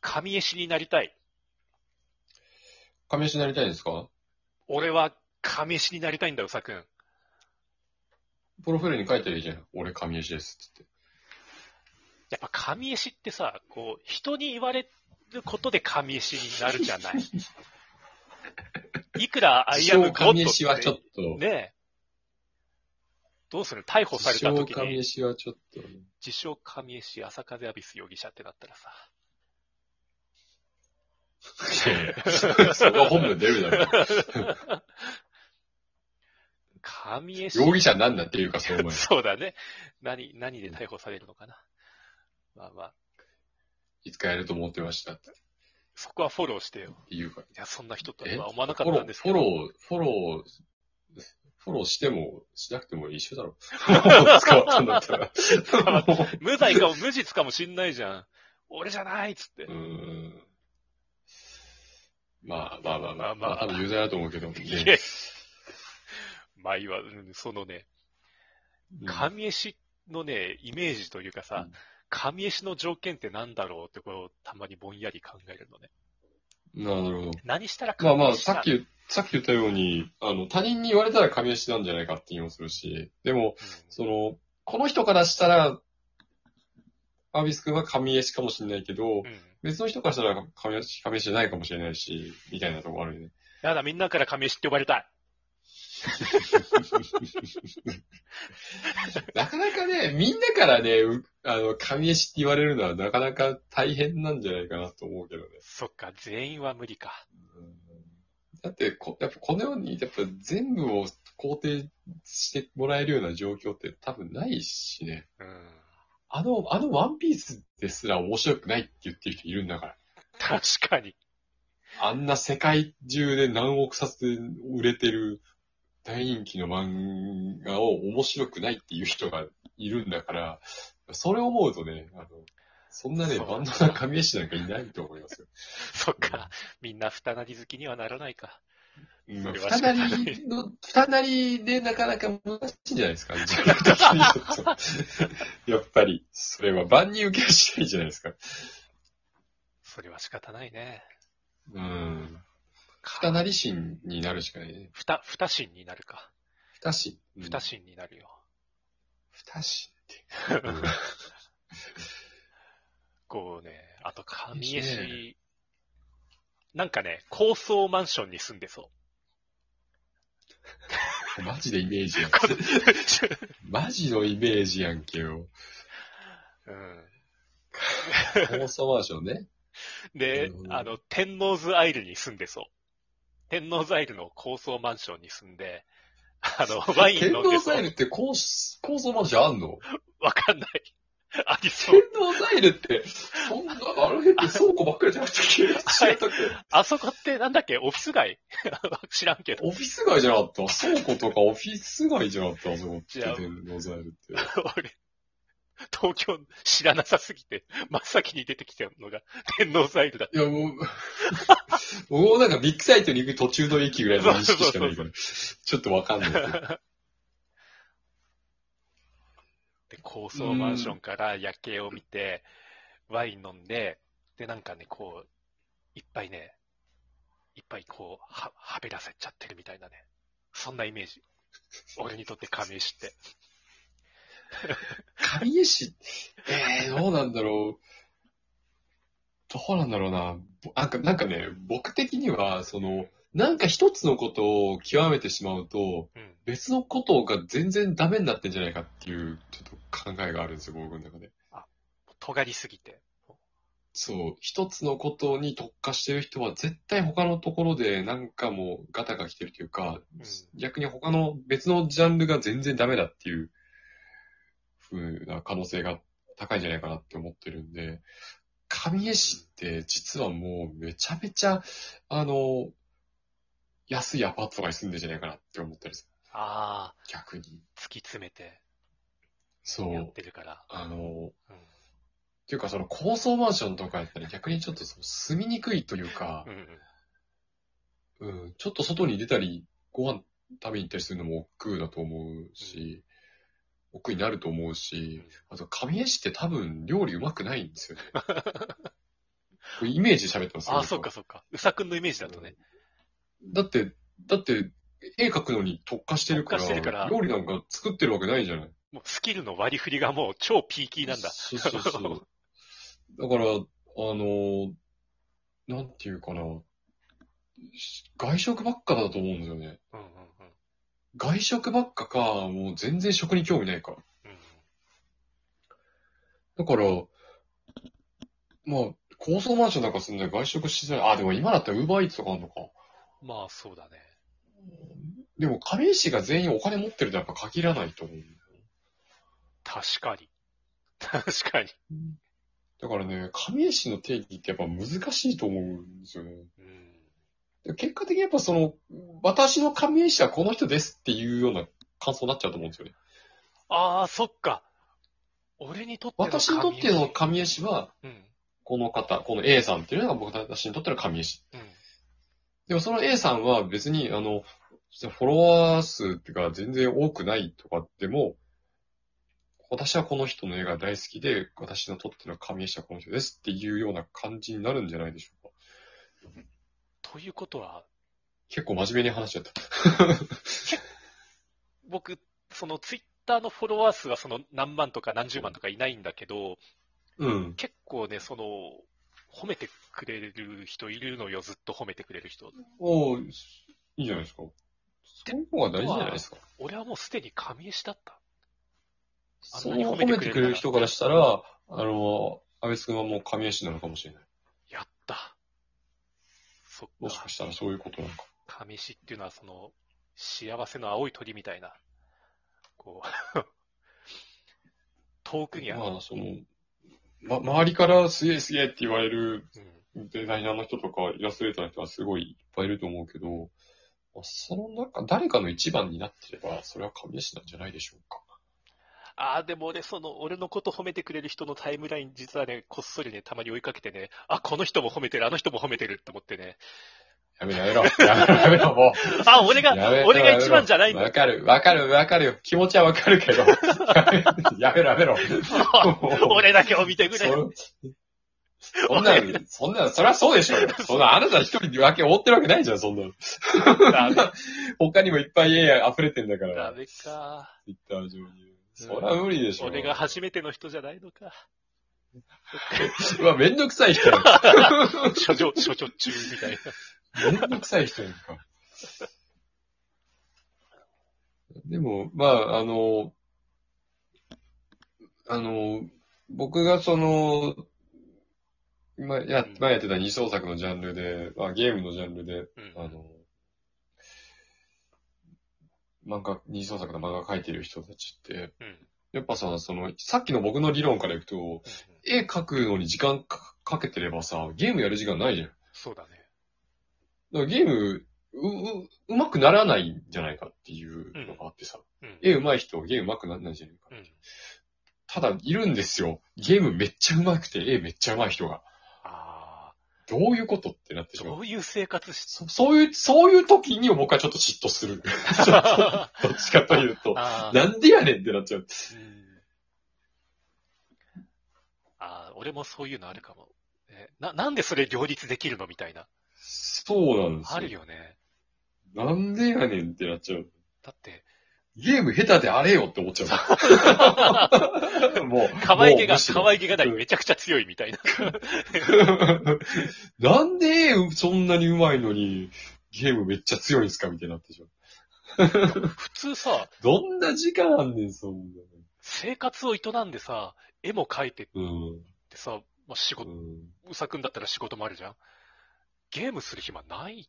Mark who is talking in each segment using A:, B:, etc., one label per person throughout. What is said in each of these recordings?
A: 神絵師になりたい。
B: 亀石になりたいですか
A: 俺は神絵師になりたいんだ、うさくん。
B: プロフィールに書いてりゃいいじゃん。俺神石です。つって。
A: やっぱ神絵師ってさ、こう、人に言われることで神絵師になる じゃない。いくらアイアムゴッドって
B: 神石はちょっと、
A: ねえ。どうする逮捕された時
B: 自称神
A: に、
B: 石はちょっと、
A: 自称神絵師朝風アビス容疑者ってなったらさ。
B: いやいや、そこは本部出るだろ。
A: 神絵師。
B: 容疑者なんだっていうか、その前。
A: そうだね。何、何で逮捕されるのかな。まあまあ、
B: いつかやると思ってましたって
A: そこはフォローしてよ。
B: いうから。
A: いや、そんな人と
B: え
A: は思わなか
B: フォ
A: っ
B: ロ
A: たん
B: ー、
A: です
B: フ
A: け
B: ォ
A: ど。
B: ロー、フォロー、フォローしても、しなくても一緒だろ。使わったんだったら。
A: わった無罪かも無実かもしんないじゃん。俺じゃないっつって
B: うー。んまあまあまあま
A: まあ
B: あ、
A: ま
B: ま
A: あ
B: あ、多分有罪だと思うけど。
A: い
B: ね
A: え。まあいいわ、うんそのね、
B: うん
A: 神絵師のね、イメージというかさ
B: うん、
A: 神絵師の条件ってなんだろうってこう、たまにぼんやり考えるのね。
B: なるほど。
A: 何したら
B: まあ
A: 神
B: ま
A: 絵
B: あ、
A: 師な
B: さっき言、さっき言ったように、あの、他人に言われたら神石なんじゃないかって気もするし、でも、その、この人からしたら、アビス君は神石かもしれないけど
A: う、ん。うん
B: 別の人からしたら神石、神石じゃないかもしれないし、みたいなとこあるよね。
A: やだ、みんなから神絵師って呼ばれたい。
B: なかなかね、みんなからね、うあの、神石って言われるのはなかなか大変なんじゃないかなと思うけどね。
A: そっか、全員は無理か。
B: だってこ、やっぱこのように、やっぱ全部を肯定してもらえるような状況って多分ないしね。
A: うん。
B: あの、あのワンピースですら面白くないって言ってる人いるんだから。
A: 確かに。
B: あんな世界中で何億冊売れてる大人気の漫画を面白くないっていう人がいるんだから、それを思うとね、あの、そんなね、
A: そう
B: バンドの神絵師なんかいないと思いますよ。
A: そっか、みんな二なり好きにはならないか。
B: うん
A: それは
B: 二
A: 仕
B: な
A: 方ない
B: りの、二なりでなかなか難しいんじゃないですか。 自分的にちょっとやっぱり、それは万人受けはしないじゃないですか。
A: それは仕方ないね。
B: うん。
A: か
B: 二なり心になるしかないね。
A: ふた、ふた心になるか。
B: 二心。うん
A: ふた。心になるよ。
B: 二心って。
A: こうね、あと神
B: い
A: 絵
B: いです
A: 師、なんかね、高層マンションに住んでそう。
B: マジでイメージ やん。 マジのイメージやんけよ。
A: うん
B: 放送マンションね。な
A: で
B: るほ、ど
A: あの、天王洲アイルに住んでそう。天王洲アイルの高層マンションに住んで、あ の、ワイン
B: 天
A: 飲んで
B: 皇
A: そ
B: ザイル
A: う。
B: って高高層マンションあんの
A: わかんない。 ありそ
B: 天
A: う。
B: 皇ザイルって、そんな、あの辺って倉庫ばっかりじゃなくて、知らなくて。
A: あそこってなんだっけオフィス街 知らんけど。
B: オフィス街じゃなかった倉庫とかオフィス街じゃなかったあそこって、
A: 違う
B: 天皇ザイルって。
A: 俺、東京知らなさすぎて、真っ先に出てきたのが天王洲アイルだった。
B: いや、もう、 もうなんかビッグサイトに行く途中の駅ぐらいの認識しかないから、ちょっとわかんないけど。
A: で、高層マンションから夜景を見て、ワイン飲んで、で、なんかね、こう、いっぱいね、いっぱいこう、は、はべらせちゃってるみたいなね。そんなイメージ。俺にとって神石って。
B: 神絵師、えー、どうなんだろう。どうなんだろうな。ぼなんか、なんかね、僕的には、その、なんか一つのことを極めてしまうと、
A: うん。
B: 別のことが全然ダメになってんじゃないかっていう、ちょっと考えがあるんですよ、僕の中で。
A: 尖りすぎて。
B: そう、一つのことに特化してる人は絶対他のところでなんかもうガタが来てるというか、
A: ん
B: 逆に他の別のジャンルが全然ダメだっていう風な可能性が高いんじゃないかなって思ってるんで、神絵師って実はもうめちゃめちゃ、あの、安いアパートとかに住んでんじゃないかなって思ったりする。
A: ああ、
B: 逆に。
A: 突き詰めて
B: そ
A: やっ
B: う。
A: てるから。
B: あの、
A: うん。
B: っていうかその高層マンションとかやったら逆にちょっとその住みにくいというか、
A: うんうん。
B: うん、ちょっと外に出たり、ご飯食べに行ったりするのも億劫だと思うし、億劫になると 思うし、あと、神絵師って多分料理うまくないんですよね。これイメージで喋ってます
A: ああ、そうか、。そうか。うさくんのイメージだとね。
B: だって、だって、絵描くのに特化してるから、
A: 特化してるから
B: 料理なんか作ってるわけないじゃない。
A: もうスキルの割り振りがもう超ピーキーなんだ。
B: そうそうそう。だから、あの、なんていうかな、外食ばっかだと思うんですよね。
A: うんうん
B: 外食ばっかか、もう全然食に興味ないか。
A: うん。うん
B: だから、まあ、高層マンションなんか住んで外食しづらい。あ、でも今だったらウーバーイーツとかあるのか。
A: まあ、そうだね。
B: でも、亀石が全員お金持ってるとはやっぱ限らないと思うんだよ
A: 確かに。確かに。
B: だからね、亀石の定義ってやっぱ難しいと思うんですよね。
A: う
B: で
A: ん。
B: 結果的にやっぱその、私の神絵師はこの人ですっていうような感想になっちゃうと思うんですよね。
A: ああ、そっか。俺にとっての
B: 私にとっての神絵師は、
A: うん。
B: この方、この A さんっていうのが僕私にとっての神絵師。
A: うん。
B: でもその A さんは別に、あの、フォロワー数っていうか全然多くないとかでも、私はこの人の絵が大好きで、私のとっての神絵師はこの人ですっていうような感じになるんじゃないでしょうか。
A: ということは、
B: 結構真面目に話しちゃった。
A: 僕、そのツイッターのフォロワー数はその何万とか何十万とかいないんだけど、
B: うん。
A: 結構ね、その、褒めてくれる人いるのよ、ずっと褒めてくれる人。
B: おーいいじゃないですか。そういう方が大事じゃないですか。
A: 俺はもうすでに神絵師だった。
B: そう褒めてくれる人からしたら、あの、安倍君はもう神谷氏なのかもしれない。
A: やった。そ
B: も
A: っ
B: し
A: か
B: か。したらそういうことなのか。
A: 神石っていうのは、その、幸せの青い鳥みたいな、こう、 遠くにある、
B: まあ、その、ま、周りからすげえすげえって言われる
A: うん
B: デザイナーの人とかイラストレーターの人はすごいいっぱいいると思うけど、まあその中、誰かの一番になってれば、それは神谷氏なんじゃないでしょうか。
A: ああ、でも俺、その、俺のこと褒めてくれる人のタイムライン、実はね、こっそりね、たまに追いかけてね、あ、この人も褒めてる、あの人も褒めてるって思ってね、
B: やめろやめろ。やめ ろやめろ、もう。
A: あ、俺が、
B: やめろ
A: 俺が一番じゃないんだ。
B: わかる、わかる、わかるよ。気持ちはわかる けど。やめろやめろ。
A: 俺だけを見てくれ。
B: そそんなの、そんなの、そりゃそうでしょうよ。そんな、あなた一人に分け追ってるわけないじゃん、そんなの。
A: ダメ、
B: 他にもいっぱい家溢れてんだか
A: ダ
B: ら、
A: メか。
B: ツイッター上に。そりゃ無理でしょ。
A: 俺が。初めての人じゃないのか。
B: うわ、めんどくさい人やん。
A: 処女、処女中みたいな。
B: めんどくさい人やんか。でも、まあ、あの、あの、僕がその、今や、前やってた二創作のジャンルで、まあ、ゲームのジャンルで、
A: うん
B: あの、漫画、二次創作の漫画描いてる人たちって、
A: うん。うん
B: やっぱさ、その、さっきの僕の理論からいくと、絵描くのに時間かかけてればさ、ゲームやる時間ないじゃん。だか
A: そうだね。
B: らゲーム、う、う、うまくならないんじゃないかっていうのがあってさ、
A: うん。
B: 絵うまい人はゲームうまくならないじゃないか。
A: うん。
B: ただ、いるんですよ。ゲームめっちゃうまくて、絵めっちゃうまい人が。
A: あ
B: どういうことってなって
A: あ、
B: しまう。
A: どういう生活 し
B: そそういう、そういう時に僕はちょっと嫉妬 する。
A: てあ
B: どっちかというと。
A: あー、
B: なんでやねんってなっちゃう。
A: うんあー、俺もそういうのあるかも。えな、なんでそれ両立できるのみたいな。
B: そうなんですよ。
A: あるよね。
B: なんでやねんってなっちゃう。
A: だって、
B: ゲーム下手であれよって思っちゃう。 もう。
A: 可愛げ
B: もう
A: が、
B: むしろ
A: 可愛げがない、めちゃくちゃ強いみたいな。
B: なんでそんなに上手いのに、ゲームめっちゃ強いんすかみたいになってしまう。
A: 普通さ、
B: どんな時間あんねん、そんなの。
A: 生活を営んでさ、絵も描いてっ
B: うん。
A: てさ、まあ、仕
B: う
A: 事、
B: ん
A: うさくんだったら仕事もあるじゃん。ゲームする暇ない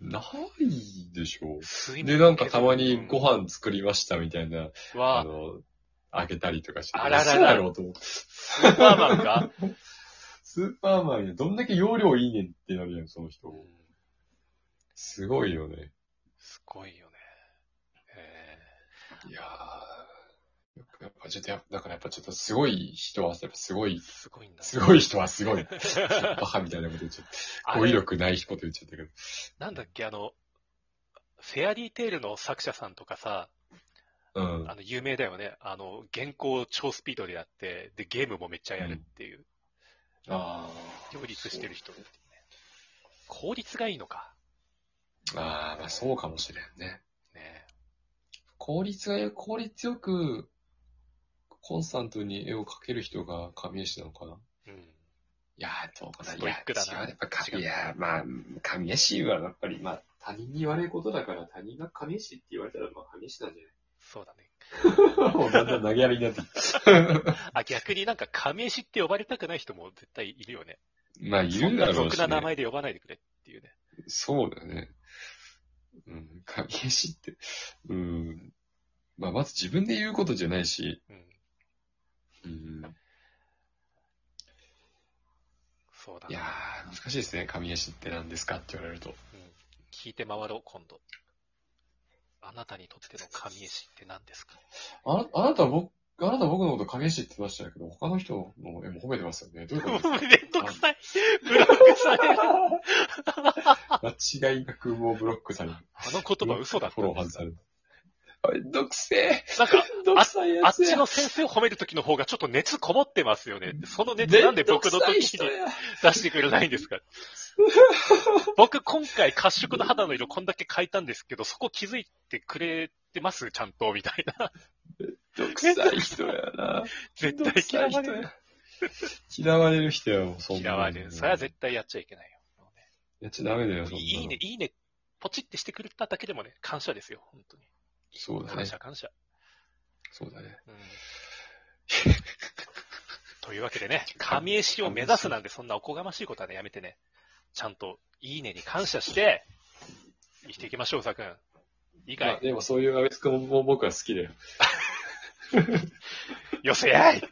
B: ないでしょ。
A: 睡
B: で、
A: 眠
B: なんかたまにご
A: 飯
B: 飯作りましたみたいな、あ
A: は、
B: の、あげたりとかして。
A: あららら
B: 嘘やろうと思って
A: スーパーマンが、
B: スーパーマンや、どんだけ容量いいねんってなる やん、その人
A: う。ん
B: すごいよね。
A: すごいよね。え
B: いやー、やっぱちょっとや、だからやっぱちょっとすごい人は、やっぱすご
A: ー
B: い、
A: すごいんだ。
B: すごい人はす ごい。バカみたいなこと言っちゃった。
A: あ
B: 語彙
A: れ、
B: 力ないこと言っちゃったけど。
A: なんだっけ、あの、フェアリーテイルの作者さんとかさ、
B: うん。
A: あの、有名だよね。あの、原稿を超スピードでやって、で、ゲームもめっちゃやるっていう。
B: ああ。
A: 両立してる人っていうね。効率がいいのか。
B: ああ、まあそうかもしれんね。
A: ね
B: 効率がよ、効率よく、コンスタントに絵を描ける人が神絵師なのかな
A: うん。
B: いやー、どうかな。
A: ストイックだない
B: や違うやっぱ神
A: 違う
B: いやー、まあ、神絵師はやっぱり、まあ、他人に言われることだから、他人が神絵師って言われたら、まあ、神絵師なんじ
A: そうだね。
B: ゃないもうだんだん投げやりになってきた。
A: あ、逆になんか亀石って呼ばれたくない人も絶対いるよね。
B: まあ、
A: そ
B: 言うんんだ
A: な
B: ろう
A: 俗
B: し、
A: な名
B: ね。
A: 前で呼ばないでくれっていうね。
B: そうだね。うん、神絵師って、うん。まあ、まず自分で言うことじゃないし、
A: うん。
B: うん。
A: そうだ
B: い
A: な
B: やー、難しいですね。神絵師って何ですかって言われると。
A: うん。聞いて回ろう、今度。あなたにとっての神絵師って何で すか
B: ああなた僕、あなた僕のこと神絵師って言ってましたけど、他の人の絵も褒めてますよね。どういうことですか
A: めんどくさい。ブロックされる。
B: 間違いなくもうブロックされる。
A: あの言葉嘘だった
B: フォロ
A: ん
B: ー外
A: です
B: される。あめんどくせえ。
A: なんか、
B: めんどくさい
A: あ
B: や
A: っ
B: つ
A: ち
B: や。
A: の先生を褒めるときの方がちょっと熱こもってますよね。その熱
B: め
A: なん
B: ん
A: で
B: ど
A: 僕
B: く
A: の
B: さ
A: 時
B: い
A: に
B: 人や
A: 出してくれないんです か僕今回褐色の肌の色こんだけ変えたんですけど、そこ気づいてくれてますちゃんとみたい な。
B: めんどくさい人やな。
A: 絶対嫌われる。
B: 嫌われる人やもうそんな
A: 嫌
B: の。
A: われる。それは絶対やっちゃいけないよ。
B: やっちゃダメだよ、そんなの。
A: いいね、いいね、ポチってしてくれただけでもね、感謝ですよ、本当に。
B: そうだ
A: 感
B: ね。
A: 謝、感謝。
B: そうだね。
A: うん、というわけでね、神絵師を目指すなんて、そんなおこがましいことはね、やめてね、ちゃんと、いいねに感謝して、生きていきましょう、さくん。いいかい、
B: まあ、でもそういう阿部つくんも僕は好きだよ。
A: よせやい